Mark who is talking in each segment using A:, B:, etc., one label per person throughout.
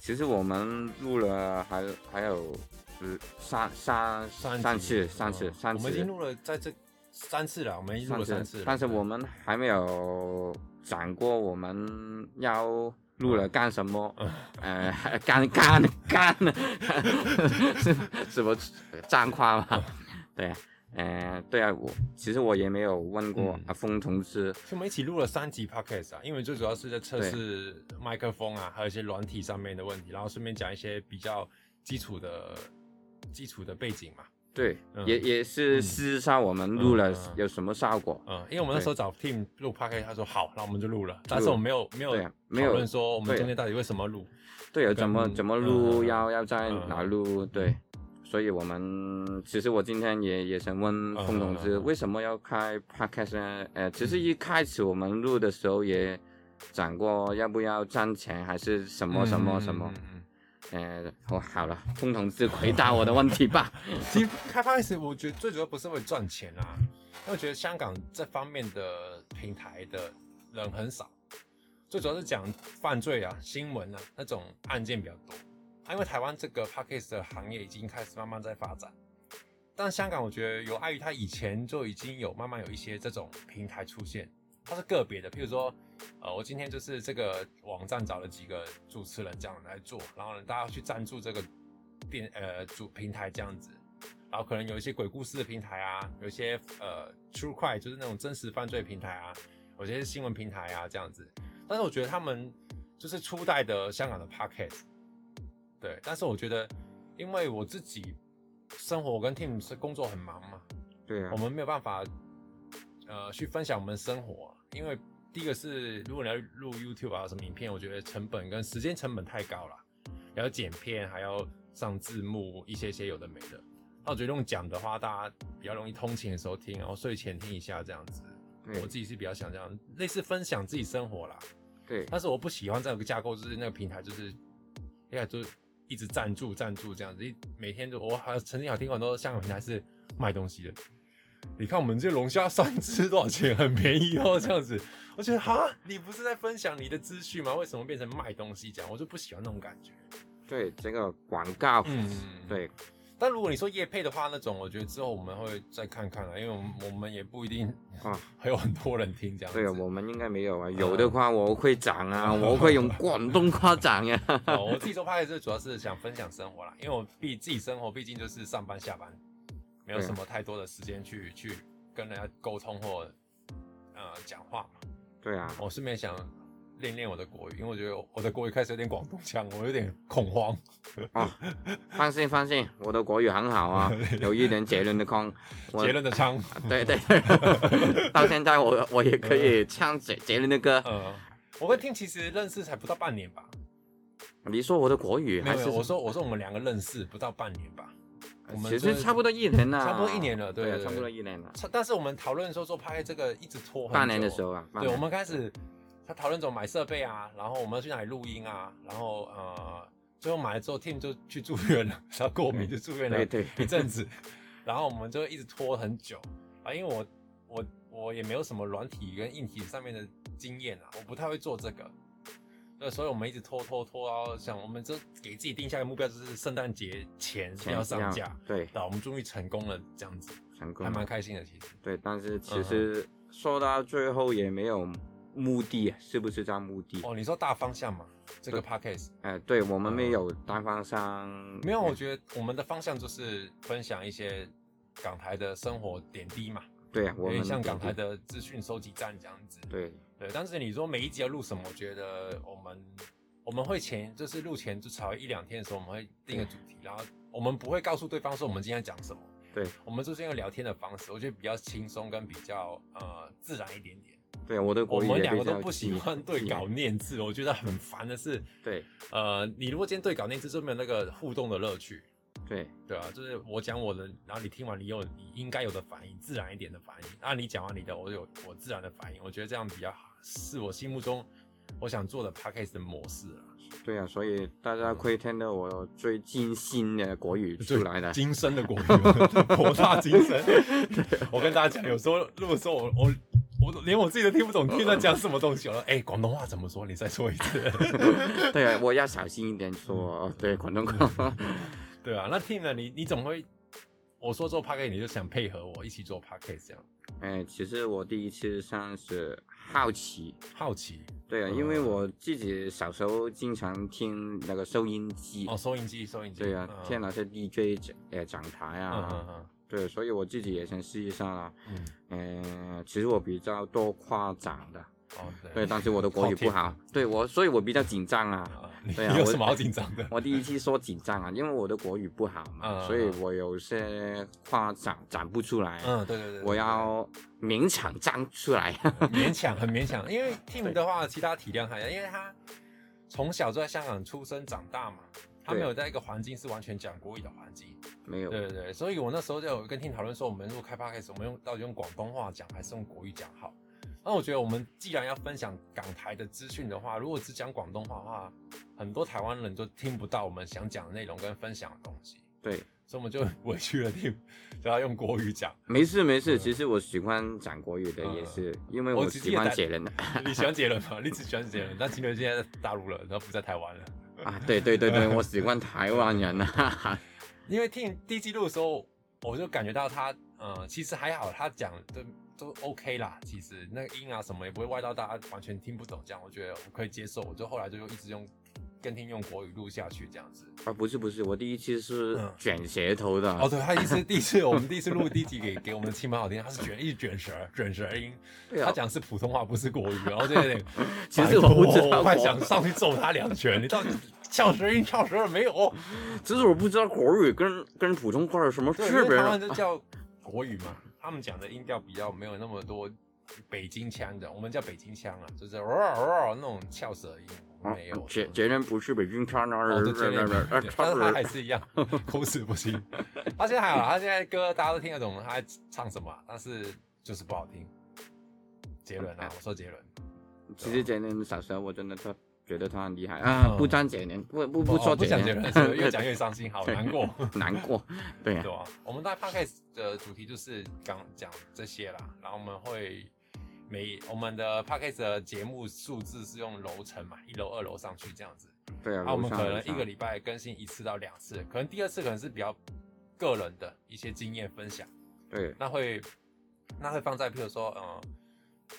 A: 其实我们录了还还有呃三三
B: 三
A: 三
B: 集
A: 次三次哦
B: 嗯
A: 三
B: 我们已经
A: 次
B: 录了在这三次了，我们已经录
A: 三
B: 了三
A: 次
B: 次，了，
A: 但是我们还没有讲过我们要录了干什么，呃， 干干干， 是什么战况嘛？对，呃，对啊，我其实我也没有问过
B: 嗯
A: 阿峰同志，
B: 我们一起录了三集 podcast 啊，因为最主要是在测试麦克风啊，还有一些软体上面的问题，然后顺便讲一些比较基础的、基础的背景嘛。
A: 对，
B: 嗯
A: 也也是
B: 嗯
A: 试一下我们录了
B: 嗯嗯
A: 有什么效果，
B: 嗯，因为我们那时候找 Team 录 podcast，他说好，那我们就录了，但是我们没有没有
A: 对啊没
B: 讨
A: 有
B: 论说我们
A: 对啊
B: 中间到底为什么录。
A: 对，啊怎么
B: 跟
A: 怎么
B: 嗯
A: 录，
B: 嗯嗯
A: 要要在
B: 嗯
A: 哪录，对。所以我们其实我今天也也想问
B: 嗯
A: 冯
B: 嗯
A: 同志，
B: 嗯
A: 为什么要开 podcast 呢？呃，其实一开始我们录的时候也讲过，要不要赚钱，还是什么什么什么？
B: 嗯嗯嗯
A: 呃，哦，好了，冯同志回答我的问题吧。
B: 其实开发 S，我觉得最主要不是为了赚钱啊，因为我觉得香港这方面的平台的人很少，最主要是讲犯罪啊、新闻啊那种案件比较多。啊，因为台湾这个 p a c k a g e 的行业已经开始慢慢在发展，但香港我觉得有碍于它以前就已经有慢慢有一些这种平台出现，它是个别的，譬如说，呃，我今天就是这个网站找了几个主持人这样来做，然后呢，大家去赞助这个电呃主平台这样子，然后可能有一些鬼故事的平台啊，有一些呃 true crime 就是那种真实犯罪平台啊，有些新闻平台啊这样子，但是我觉得他们就是初代的香港的 podcast，对，但是我觉得因为我自己生活跟 team 是工作很忙嘛，
A: 对啊
B: 我，们没有办法，呃，去分享我们的生活，因为第一个是如果你要录 YouTube 啊什么影片，我觉得成本跟时间成本太高了，还要剪片，还要上字幕，一些些有的没的。那我觉得用讲的话，大家比较容易通勤的时候听，然后睡前听一下这样子。
A: 对
B: 我自己是比较想这样，类似分享自己生活啦。
A: 对
B: 但是我不喜欢这样一个架构，就是那个平台就是，一下就是一直赞助赞助这样子，一每天就我好像曾经有听过很多香港平台是卖东西的，你看我们这龙虾三只多少钱，很便宜哦这样子，我觉得哈，你不是在分享你的资讯吗？为什么变成卖东西讲？我就不喜欢那种感觉。
A: 对，这个广告，
B: 嗯，。
A: 对
B: 但如果你说叶配的话，那种我觉得之后我们会再看看啊了，因为我们我们也不一定
A: 啊，
B: 还有很多人听这样子。
A: 对啊，我们应该没有
B: 嗯
A: 啊，有的话我会讲啊，我会用广东话讲呀。
B: 哦，我自己做 p o d 主要是想分享生活啦，因为我毕自己生活毕竟就是上班下班，没有
A: 对啊
B: 什么太多的时间去去跟人家沟通或呃讲话嘛。
A: 对啊，
B: 我顺便想练练我的国语，因为我觉得我的国语开始有点广东腔，我有点恐慌。
A: 放心放心，我的国语很好 啊，有一点杰伦的空。我
B: 杰伦 的腔，
A: 对对对， 到现在我我也可以唱杰杰伦的歌。
B: 呃，我跟 Tim 其实认识才不到半年吧？
A: 你说我的国语
B: 没
A: 还
B: 有，没
A: 是呃
B: 有我说我说我们两个认识不到半年吧？我们
A: 其
B: 真
A: 实
B: 的
A: 差不多一年了，
B: 差不多一年了对
A: 对啊，
B: 对
A: 差不多一年了，
B: 但是我们讨论说做拍这个一直拖很久
A: 半年的时候啊，半
B: 对，
A: 年
B: 我们开始他讨论怎么买设备啊，然后我们要去哪里录音啊，然后呃，最后买了之后，Tim 就去住院了，然后过敏就住院了
A: 对对
B: 一阵子，然后我们就一直拖很久啊，因为我我我也没有什么软体跟硬体上面的经验啊，我不太会做这个。对，所以我们一直拖拖拖，然后想我们就给自己定下个目标，就是圣诞节前
A: 前
B: 要上架。啊
A: 对，
B: 那我们终于成功了，这样子
A: 成
B: 还
A: 功
B: 蛮
A: 了，
B: 开心的，其实。
A: 对，但是
B: 嗯
A: 其
B: 嗯
A: 实说到最后也没有目的，啊是不是叫目的？
B: 哦，你说大方向嘛，这个 podcast
A: 哎，对我们没有单方向，
B: 嗯没有，我觉得我们的方向就是分享一些港台的生活点滴嘛，
A: 对啊，
B: 有
A: 我
B: 点
A: 们
B: 像港台的资讯收集站这样子。
A: 对
B: 对，但是你说每一集要录什么，我觉得我们我们会前就是录前就稍微一两天的时候，我们会定个主题，然后我们不会告诉对方说我们今天讲什么，
A: 对
B: 我们就是用聊天的方式，我觉得比较轻松跟比较呃自然一点点。
A: 对，啊我的
B: 我
A: 国语
B: 们
A: 也
B: 两个
A: 比
B: 都
A: 较
B: 不喜
A: 急
B: 欢对
A: 急
B: 稿念字，我觉得很烦的是，
A: 对
B: 呃，你如果今天对稿念字就没有那个互动的乐趣。
A: 对
B: 对啊，就是我讲我的，然后你听完你有你应该有的反应，自然一点的反应。啊，你讲完你的，我有我自然的反应，我觉得这样比较好，是我心目中我想做的 podcast 的模式啊，
A: 对啊，所以大家可以听到我最近新的国语出来的。
B: 今生的国语，博大精深。我跟大家讲，有时候录的时候我我我连我自己都听不懂你在讲什么东西。我说，哎、广东话怎么说？你再说一次。
A: 对啊，我要小心一点说，哦对广东话。
B: 对啊，那 Tim 呢？你你怎么会？我说做 p a c k a g e 你就想配合我一起做 p a c k a g e 这样？
A: 哎，其实我第一次上是好奇，
B: 好奇
A: 对啊，因为
B: 嗯
A: 我自己小时候经常听那个收音机，
B: 哦，收音机，收音机。
A: 对啊，
B: 嗯
A: 听那些 DJ 讲呃讲台
B: 嗯
A: 啊，
B: 嗯嗯
A: 对，所以我自己也想试一下啦。
B: 嗯，
A: 嗯、其实我比较多夸奖的，
B: 哦
A: 对，但是我的国语不
B: 靠
A: 好，对我，所以我比较紧张啊。
B: 啊，你
A: 对啊
B: 有
A: 我
B: 什么好紧张 的？
A: 我第一次说紧张啊，因为我的国语不好嘛，
B: 嗯
A: 所以我有些话讲讲不出来，
B: 嗯，对对对，对
A: 我要勉强站出来。
B: 对 勉强，很勉强。因为 Tim
A: 对
B: 的话，其他体谅他，因为他从小就在香港出生长大嘛，他没
A: 对
B: 有在一个环境是完全讲国语的环境。
A: 没有，
B: 对对对，所以我那时候就有跟 Tim 讨论说，我们如果开 podcast，我们用到底用广东话讲还是用国语讲好？那我觉得我们既然要分享港台的资讯的话，如果只讲广东话的话，很多台湾人就听不到我们想讲的内容跟分享的东西，
A: 对，
B: 所以我们就 委屈了 Tim，就要用国语讲。
A: 没事没事。
B: 嗯
A: 其实我喜欢讲国语的，
B: 嗯
A: 也是因为
B: 我
A: 我
B: 直接
A: 喜欢
B: 打
A: 写人
B: 你喜欢杰伦吗？你只喜欢杰伦，但金伦现在在大陆了，然后不在台湾了。
A: 啊，对对对
B: 嗯
A: 对，我喜欢台湾人啊。
B: 因为听第一季录的时候，我就感觉到他，呃，其实还好，他讲的都 OK 啦。其实那个音啊什么也不会歪到大家完全听不懂，这样我觉得我可以接受。我就后来就一直用跟听用国语录下去这样子。
A: 啊，不是不是，我第一次是
B: 嗯
A: 卷舌头的。
B: 哦，对，他一直第一次我们第一次录第一集给给我们的亲朋好听，他是卷一直卷舌卷舌音，
A: 对啊，
B: 他讲是普通话不是国语，然后就有点
A: 其实我不知道
B: 拜 哦托我快
A: 国
B: 想上去揍他两拳，你到底翘舌音翘舌了没有？
A: 其实我不知道国语跟跟普通话有什么区
B: 对，因为
A: 别
B: 他
A: 啊
B: 们。就叫 国语嘛，他们讲的音调比较没有那么多北京腔的，我们叫北京腔啊，就是哦哦那种翘舌音，我们没有。
A: 杰杰伦不是北京腔的，
B: 哦，对这类的
A: 啊
B: 对
A: 差
B: 但是
A: 不
B: 他
A: 多
B: 还是一 样，口齿不清。他现在还好，他现在歌大家都听得懂，他在唱什么啊，但是就是不好听。杰伦啊，我说杰伦，
A: 其实杰伦小时候我真的特觉得他很厉害啊，
B: 嗯
A: 不沾杰伦，不不
B: 哦
A: 说
B: 不
A: 杰
B: 讲杰
A: 伦
B: 伦，所 以越讲越伤心，好难过。
A: 难过，对啊
B: 对，啊，我们大 podcast 的主题就是刚讲这些啦，然后我们会每我们的 podcast 的节目数字是用楼层嘛，一楼、二楼上去这样子。
A: 对啊，
B: 那、我
A: 楼
B: 们
A: 上
B: 可能
A: 楼
B: 一
A: 上
B: 个礼拜更新一次到两次，可能第二次可能是比较个人的一些经验分享，
A: 对
B: 那会那会放在譬如说，呃，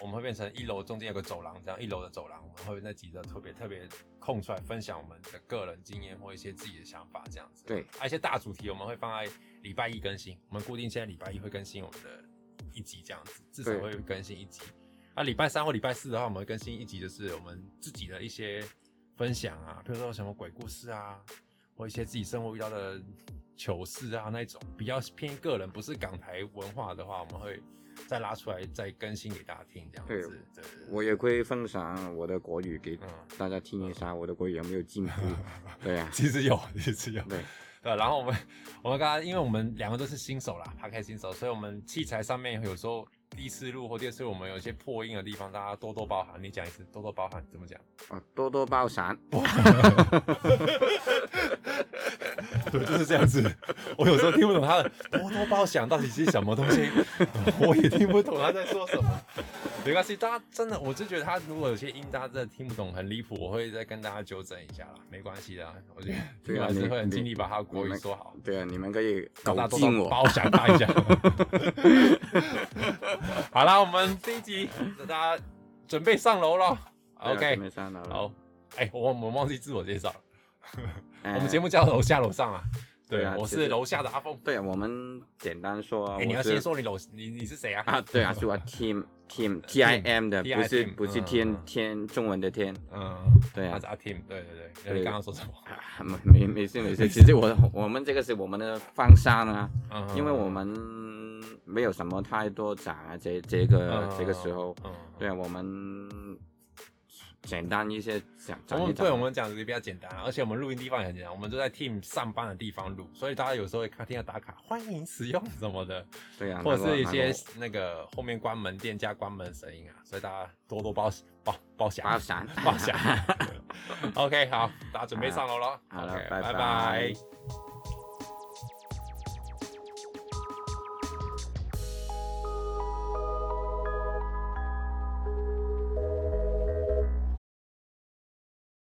B: 我们会变成一楼中间有个走廊，这样一楼的走廊，我们会那几个特别特别空出来分享我们的个人经验或一些自己的想法这样子。
A: 对，
B: 而且啊大主题我们会放在礼拜一更新，我们固定现在礼拜一会更新我们的一集这样子，至少
A: 对
B: 会更新一集。啊，礼拜三或礼拜四的话，我们会更新一集，就是我们自己的一些分享啊，比如说什么鬼故事啊，或一些自己生活遇到的糗事啊那一种，比较偏个人，不是港台文化的话，我们会再拉出来再更新给大家听这样
A: 对
B: 子。对，对
A: 我也会分享我的国语给
B: 嗯，
A: 大家听一下，我的国语有没有 进步？对啊，
B: 其实有， 其实有。
A: 对
B: 对，啊然后我们我们刚刚因为我们两个都是新手啦，他开新手，所以我们器材上面有时候第一次录或第二次录我们有一些破音的地方，大家多多包涵。你讲一次，多多包涵怎么讲？
A: 啊，多多包涵，
B: 对，就是这样子。我有时候听不懂他的多多包想到底是什么东西，我也听不懂他在说什么。没关系，大家真的，我就觉得他如果有些音大家真的听不懂很离谱，我会再跟大家纠正一下啦，没关系的啊。我觉得
A: 对
B: 听
A: 啊
B: 完是会很
A: 你
B: 尽力把他的国
A: 你
B: 语
A: 们
B: 说好。
A: 对啊，你们可以
B: 大家
A: 搞
B: 多
A: 进
B: 多
A: 我，
B: 包想他一下。好啦，我们这一集大家准备上楼了。
A: 对啊
B: OK，
A: 准备上楼了
B: 好，哎、我我忘记自我介绍了，我们
A: 呃
B: 节目叫楼下楼上啊。 对，
A: 对啊
B: 我
A: 其
B: 是
A: 实
B: 楼下的阿峰。
A: 对，我们简单说啊，
B: 哎、你要
A: 我
B: 先
A: 是
B: 说你楼你你是谁啊？
A: 啊，对啊，是我 team team T I M 的，
B: Team，
A: 不是
B: Team，
A: 不是
B: 嗯
A: 天
B: 嗯
A: 天中文的天，
B: 嗯，
A: 对
B: 他
A: 啊
B: 是，阿 Tim，对对对。
A: 对
B: 你刚刚说什么？
A: 啊没没没事没事，其实我我们这个是我们的方向啊，
B: 嗯
A: 因为我们没有什么太多展啊，这这个这个时候，，
B: 嗯
A: 对啊，我们简单一些讲
B: 我
A: 讲一讲，
B: 们对我们讲的也比较简单啊，而且我们录音地方也很简单，我们就在 team 上班的地方录，所以大家有时候会看听到打卡，欢迎使用什么的，
A: 对啊，
B: 或者
A: 那个
B: 是一些
A: 那
B: 那个后面关门店家关门的声音啊，所以大家多多包包包
A: 个包
B: 厢
A: 闪，
B: 包厢。OK，好，大家准备上楼了。
A: 好了
B: OK，
A: 拜
B: 拜
A: 拜